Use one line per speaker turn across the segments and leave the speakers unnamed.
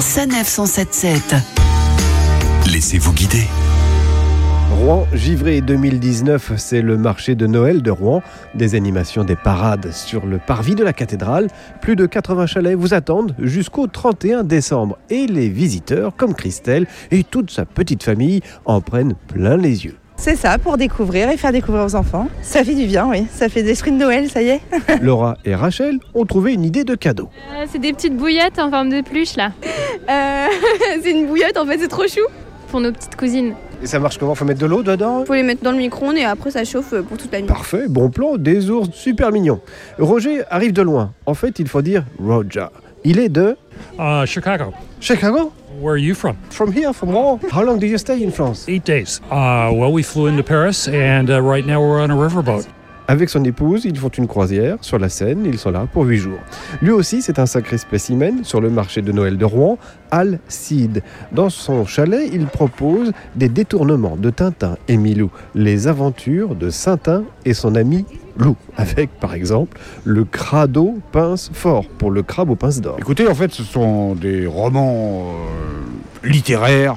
Sanef 177.
Laissez-vous guider.
Rouen Givré 2019, c'est le marché de Noël de Rouen. Des animations, des parades sur le parvis de la cathédrale. Plus de 80 chalets vous attendent jusqu'au 31 décembre. Et les visiteurs, comme Christelle et toute sa petite famille, en prennent plein les yeux.
C'est ça, pour découvrir et faire découvrir aux enfants. Ça fait du bien, oui. Ça fait des l'esprit de Noël, ça y est.
Laura et Rachel ont trouvé une idée de cadeau.
Euh, c'est des petites bouillettes en forme de peluche là.
Euh,
c'est une bouillotte en fait, c'est trop chou. Pour nos petites cousines.
Et ça marche comment Faut mettre de l'eau dedans
Faut les mettre dans le micro-ondes et après ça chauffe euh, pour toute la nuit.
Parfait, bon plan, des ours super mignons. Roger arrive de loin. En fait, il faut dire Roger. Il est de
Uh, Chicago.
Chicago
Where are you from?
From here, from Rouen. How long do you stay in France
Eight days. Uh, well, we flew into Paris, and uh, right now we're on a riverboat.
Avec son épouse, ils font une croisière sur la Seine, ils sont là pour 8 jours. Lui aussi, c'est un sacré spécimen sur le marché de Noël de Rouen, Al Cid. Dans son chalet, il propose des détournements de Tintin et Milou, les aventures de Saintin et son ami Loup, avec par exemple le crado pince fort pour le crabe aux pinces d'or.
Écoutez, en fait, ce sont des romans euh, littéraires,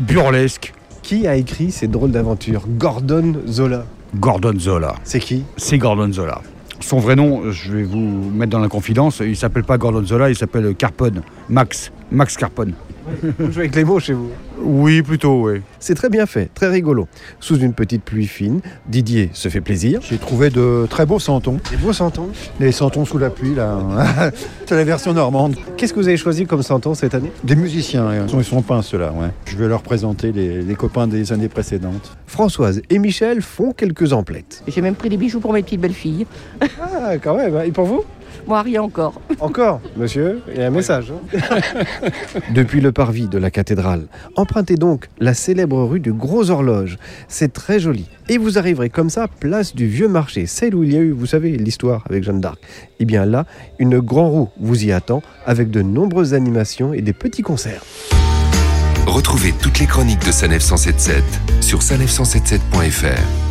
burlesques.
Qui a écrit ces drôles d'aventures Gordon Zola.
Gordon Zola.
C'est qui
C'est Gordon Zola. Son vrai nom, je vais vous mettre dans la confidence, il s'appelle pas Gordon Zola, il s'appelle Carpone. Max. Max Carpone.
Vous jouez avec les mots chez vous.
Oui, plutôt, oui.
C'est très bien fait, très rigolo. Sous une petite pluie fine, Didier se fait plaisir.
J'ai trouvé de très beaux santons.
Des beaux santons.
Les santons sous la pluie, là. C'est la version normande.
Qu'est-ce que vous avez choisi comme santon cette année
Des musiciens, hein. ils sont, ils sont peints, ceux-là. Ouais. Je vais leur présenter les, les copains des années précédentes.
Françoise et Michel font quelques emplettes.
J'ai même pris des bijoux pour mes petites belles filles.
Ah, quand même.
hein.
Et pour vous
Moi, rien encore.
Encore, monsieur, il y a un message. hein. Depuis le parvis de la cathédrale, empruntez donc la célèbre rue du Gros Horloge. C'est très joli. Et vous arriverez comme ça, place du Vieux Marché, celle où il y a eu, vous savez, l'histoire avec Jeanne d'Arc. Et bien là, une grande roue vous y attend avec de nombreuses animations et des petits concerts.
Retrouvez toutes les chroniques de Sanef 177 sur sanef177.fr.